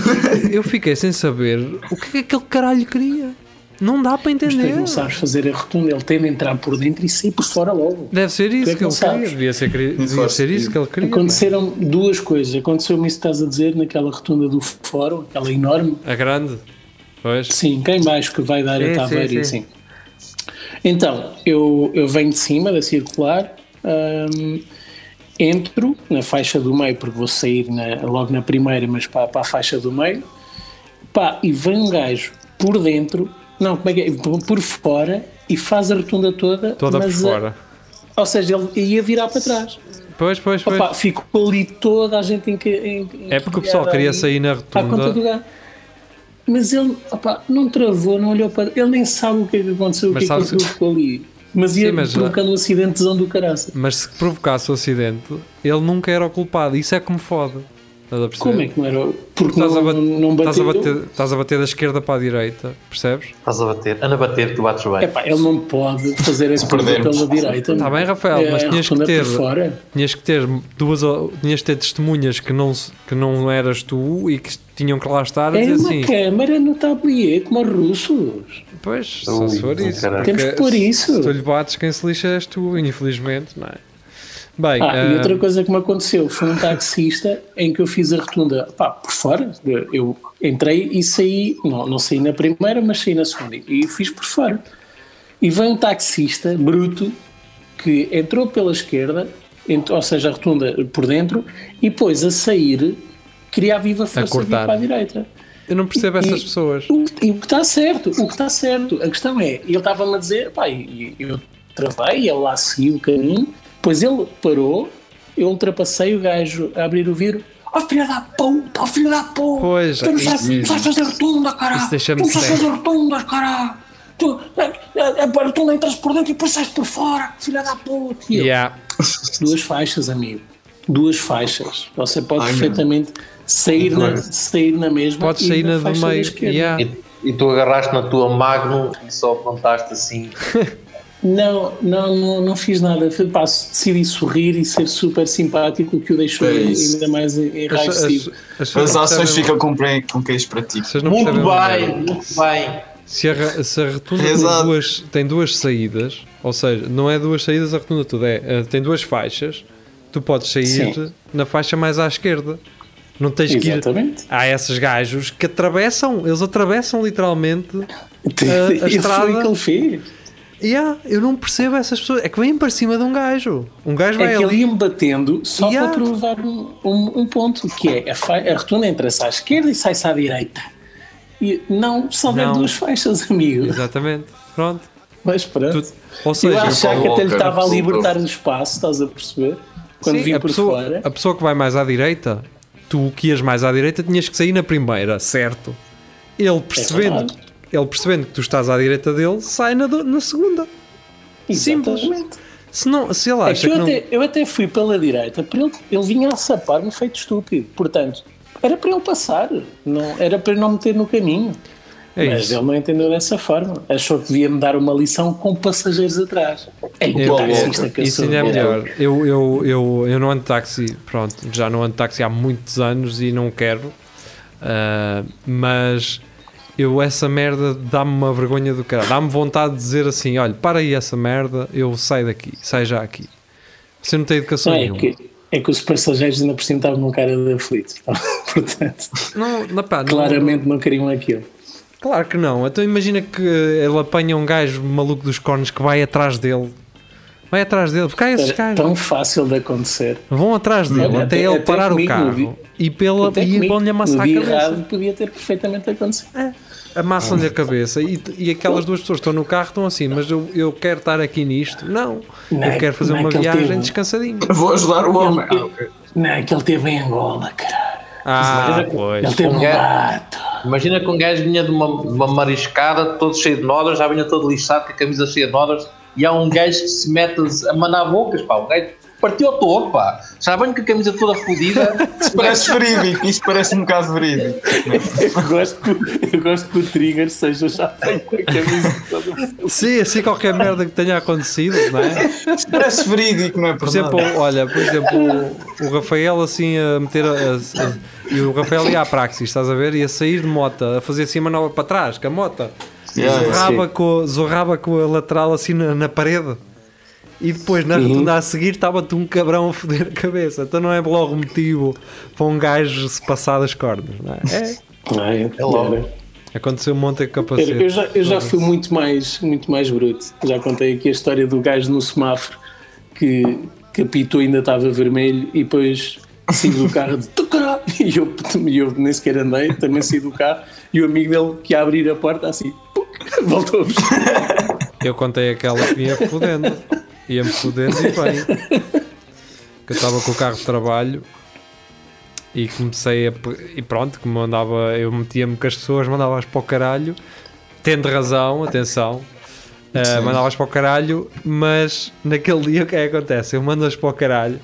eu fiquei sem saber o que é que aquele caralho queria. Não dá para Mas tu é entender. não sabes fazer a rotunda. Ele tem de entrar por dentro e sair por fora logo. Deve ser Tu isso é que, que não ele queria. sabes. Devia ser, queria- devia faz ser isso sentido. que ele queria. Aconteceram duas coisas. Aconteceu-me isso que estás a dizer naquela rotunda do fórum, aquela enorme. não é? A grande. Pois. Sim, quem mais que vai dar Sim, a Taveira sim, e sim. assim. Então, eu, eu venho de cima da circular, hum, entro na faixa do meio, porque vou sair na- logo na primeira, mas para, para a faixa do meio, pá, e vem um gajo por dentro, não, como é que é? Por, por fora e faz a rotunda toda. Toda por mas eh, a- fora. ou seja, ele ia virar para trás. Pois, pois, pois. Opa, ficou ali toda a gente em que. em- em- É porque o pessoal queria sair na à conta do rotunda, gajo. Mas ele opa, não travou, não olhou para. Ele nem sabe o que é que aconteceu, Mas o que é que sabes- ele ficou ali. Mas ia Sim, mas- provocando um acidentezão do caraça. mas se provocasse o acidente, ele nunca era o culpado. Isso é que me fode. Estás a perceber? Como é que não era? Porque Estás não, a, bat- não estás, a bateu. bater, estás a bater da esquerda para a direita, percebes? Estás a bater. Anda a bater, tu bates bem. Epá, ele não pode fazer essa perda perdermos. pela direita. Está Tá bem, Rafael, mas a tinhas que rotunda ter- por fora. Tinhas que ter duas ou- tinhas que ter testemunhas que não, se- que não eras tu e que tinham que lá estar a É dizer uma assim. câmara no tablier, como os russos. Pois, só Ui, se for isso. caralho. porque Temos que pôr se- isso. Se tu lhe bates, quem se lixa és tu, infelizmente, não é? Bem, Ah, e ah, outra coisa que me aconteceu foi um taxista em que eu fiz a rotunda pá, por fora. Eu entrei e saí, não, não saí na primeira, mas saí na segunda e fiz por fora. E veio um taxista bruto que entrou pela esquerda, ent- ou seja, a rotunda por dentro, e depois a sair queria a viva força vir cortar. para a direita. eu não percebo essas E- pessoas. O, e o que está certo, o que está certo. A questão é, ele estava-me a dizer, pá, e- e eu travei, ele lá seguiu o caminho, pois ele parou, eu ultrapassei o gajo a abrir o vidro. Ó filha da puta, ó filha da puta! Pois, tu não isso sabes, não sabes fazer rotunda, caralho! Isso Tu deixa-me não sabes sério. fazer rotundas, caralho! Tu, eh, a, a, a rotunda entras por dentro e depois sais por fora, filha da puta! E eu, Yeah. Duas faixas, amigo. Duas faixas. Você pode Ai, meu. perfeitamente sair na, sair na mesma Podes e sair na faixa do da meio. É esquerda. yeah. E, e tu agarraste na tua Magnum e só apontaste assim. Não, não, não, não fiz nada. Fui, pá, decidi sorrir e ser super simpático, o que o deixou É isso. ainda mais As- as- enraivecido. as pessoas As não ações percebem- ficam com, pre- com quem as pratica. vocês não Muito percebem uma merda. bem, muito bem. Se a, ra- se a rotunda tem Exato. duas, tem duas saídas, ou seja, não é duas saídas a rotunda toda, é, eh, tem duas faixas, tu podes sair Sim. na faixa mais à esquerda. Não tens que ir. Exatamente. Há esses gajos que atravessam, eles atravessam literalmente. a Isso foi estrada- o que ele fez. E há, eu não percebo essas pessoas. É que vêm para cima de um gajo. Um gajo vai É que ele ali. ia-me batendo só Yeah. para provar um, um, um ponto, que é a, fa- a rotunda entra-se à esquerda e sai-se à direita. E não, só houver Não. duas faixas, amigo. Exatamente, pronto. Mas pronto. Tu- ou É. eu seja, achava que até lhe Walker, estava a Paul libertar Walker. do espaço, estás a perceber? Quando Sim, vim a, por pessoa, fora. a pessoa que vai mais à direita, tu que ias mais à direita tinhas que sair na primeira, certo? Ele percebendo, É verdade. ele percebendo que tu estás à direita dele, sai na, do- na segunda. simples. Exatamente. Se, não, se ele É acha que eu, que não. até, eu até fui pela direita, para ele, ele vinha a sapar-me feito estúpido. Portanto, era para ele passar, não, era para eu não meter no caminho. É Mas isso. ele não entendeu dessa forma. Achou que devia-me dar uma lição com passageiros atrás. É Eu- taxista que eu Isso sou. ainda é melhor. Eu, eu, eu, eu não ando de táxi, pronto, já não ando de táxi há muitos anos e não quero. Ah, mas eu essa merda dá-me uma vergonha do caralho. Dá-me vontade de dizer assim: olha, para aí essa merda, eu saio daqui, sai já aqui. Você não tem educação Não, é, nenhuma. que, é que os passageiros ainda por cima estavam num cara de aflito. Portanto, Não, não, pá, não- claramente não queriam aquilo. claro que não. Então imagina que ele apanha um gajo maluco dos cornos que vai atrás dele. Vai atrás dele, porque há esses Era gajos. tão fácil de acontecer. Vão atrás dele Olha, até até- ele até parar o comigo no carro dia- e, pela, Até e comigo, vão-lhe no amassar a dia cabeça. errado podia ter perfeitamente acontecido. É, Amassam-lhe a cabeça e, e aquelas duas pessoas que estão no carro estão assim, mas eu, eu quero estar aqui nisto. Não, eu Não, quero fazer não é uma que ele viagem teve. é descansadinho. Vou ajudar o homem. Ah, ok. Não, é que ele teve em Angola, caralho. Ah, pois. Ele teve um Quer- gato. Imagina que um gajo vinha de uma, de uma mariscada, todo cheio de nodas, já vinha todo lixado, com a camisa cheia de nodas, e há um gajo que se mete a manar bocas, pá, um gajo. partiu a toa, pá. Já venho com a camisa toda fodida. Isso parece verídico, isso parece um bocado verídico. Eu gosto, que, eu gosto que o trigger seja já feito com a camisa toda. Sim, assim qualquer merda que tenha acontecido, não é? Isso parece verídico, não é? Por exemplo, olha, por exemplo, o, o Rafael assim a meter a, a- a- e o Rafael ia à praxis, estás a ver? Ia sair de mota, a fazer assim a manobra para trás, com a mota. Yeah, zorrava, com, zorrava com a lateral assim na, na parede. E depois na rotunda a seguir estava-te um cabrão a foder a cabeça. Então não é logo motivo para um gajo se passar das cordas, não é? É. É, logo. era. Aconteceu um monte de capacete. Era- eu já, eu já fui muito mais, muito mais bruto. Já contei aqui a história do gajo no semáforo que, que apitou ainda estava vermelho e depois saí do carro de "Tu caralho!" e eu, e eu nem sequer andei, também saí do carro e o amigo dele que ia abrir a porta assim "Puc", voltou a fechar. Eu contei aquela que ia fodendo. Ia-me fodendo e bem. Que eu estava com o carro de trabalho e comecei a. pe- E pronto, como eu andava, eu metia-me com as pessoas, mandava-as para o caralho, tendo razão, atenção. eh, mandava-as para o caralho, mas naquele dia o que é que acontece? Eu mando-as para o caralho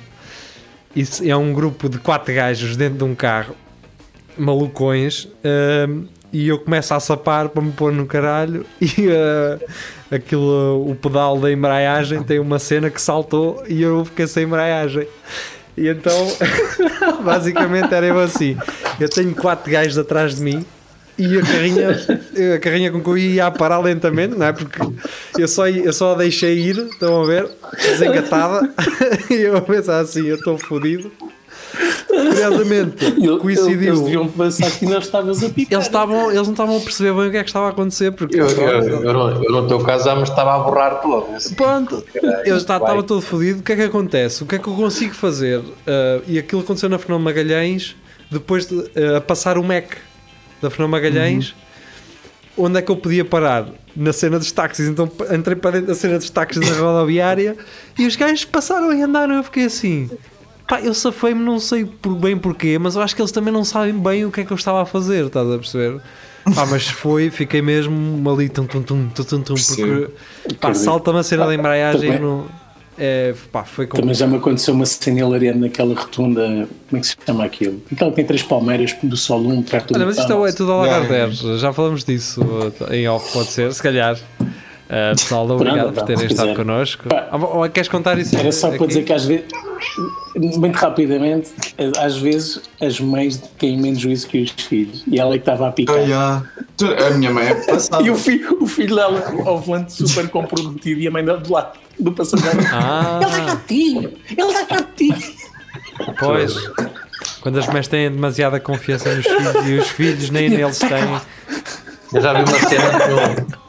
e se- é um grupo de quatro gajos dentro de um carro malucões ahm, e eu começo a sapar para me pôr no caralho e ah, aquilo, o pedal da embreagem tem uma cena que saltou e eu fiquei sem embreagem. E então, basicamente era eu assim, eu tenho quatro gajos atrás de mim e a carrinha, a carrinha com que eu ia ia a parar lentamente, não é? Porque eu só, eu só a deixei ir, estão a ver? Desengatada. E eu a pensar assim, eu estou fodido. Curiosamente, E ele- ele- coincidiu. Eles deviam pensar que nós estavas a picar. Eles, estavam, eles não estavam a perceber bem o que é que estava a acontecer, porque Eu, eu, eu não, eu não estou casado, mas estava a borrar todo. Assim, pronto, caralho, eu já estava vai. todo fodido. O que é que acontece? O que é que eu consigo fazer? Ah, e aquilo aconteceu na Fernão Magalhães, depois de ah, a passar o MEC da Fernão Magalhães, Uhum. onde é que eu podia parar? Na cena dos táxis, então p- entrei para dentro da cena dos táxis da rodoviária e os gajos passaram e andaram. Eu fiquei assim, pá, eu safei-me, não sei por bem porquê, mas eu acho que eles também não sabem bem o que é que eu estava a fazer, estás a perceber? Pá, mas foi, fiquei mesmo ali, tum, tum, tum, tum, tum, tum, Percebo. porque pá, salta-me a cena da embreagem. Ah, Também. No, é, pá, foi com. Também já me aconteceu uma cena hilariante naquela rotunda, como é que se chama aquilo? Aquela que tem três palmeiras do sol um perto do Olha, mas isto é, é McDonald's. tudo a Lagardère, já falamos disso uh, em off, pode ser, se calhar. Uh, pessoal, obrigado por vá, terem então, se estado quiser. connosco. Pá. Ah, ou- ou queres contar isso? Era só para aqui? dizer que às vezes, muito rapidamente, às vezes as mães têm menos juízo que os filhos. E ela é que estava a picar. Ah, yeah. Tu- A minha mãe é passada. E o filho, o filho dela ao volante super comprometido e a mãe dela do lado do passageiro. Ele dá Ah, gatinho! Ele dá gatinho! pois. Quando as mães têm demasiada confiança nos filhos e os filhos nem neles têm. Eu já vi uma cena no-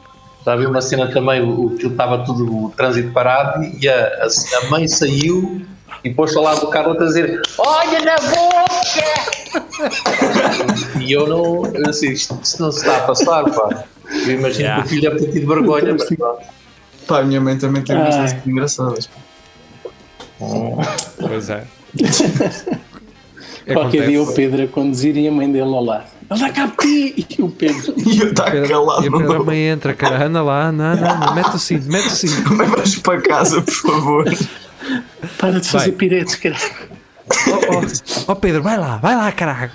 já vi uma cena também, o o que estava tudo o trânsito parado e a, a- a mãe saiu e pôs-se ao lado do carro a dizer olha na boca e eu não eu assim, isto, isto não se está a passar pá. eu imagino Yeah. que o filho é deve ter tido vergonha mas pronto. Pá, a minha mãe também tem Ah. umas coisas engraçadas. Pois é. Qualquer dia o Acontece. Pedro a conduzir e a mãe dele ao lado. Ele dá gatinho! E o Pedro. E eu tá Pedro- calado, e a não Pedro, dou. mãe entra, cara, anda lá, não, não, não, mete o cinto, mete o cinto. Vais para casa, por favor. Para de fazer Vai. piretes, caralho. Ó ó, ó, Oh, Pedro, vai lá, vai lá, caralho.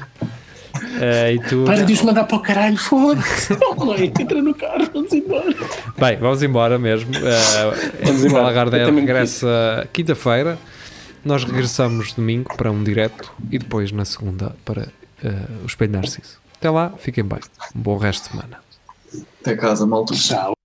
Eh, e tu, Para de os mandar para o caralho, foda-se. Oh, mãe, entra no carro, vamos embora. Bem, vamos embora mesmo. Uh, Vamos o embora. Algarve Eu também me regressa quinta-feira. Nós regressamos domingo para um direto e depois na segunda para eh, o Espelho Narciso. Até lá, fiquem bem. Um bom resto de semana. Até casa, malta. Tchau.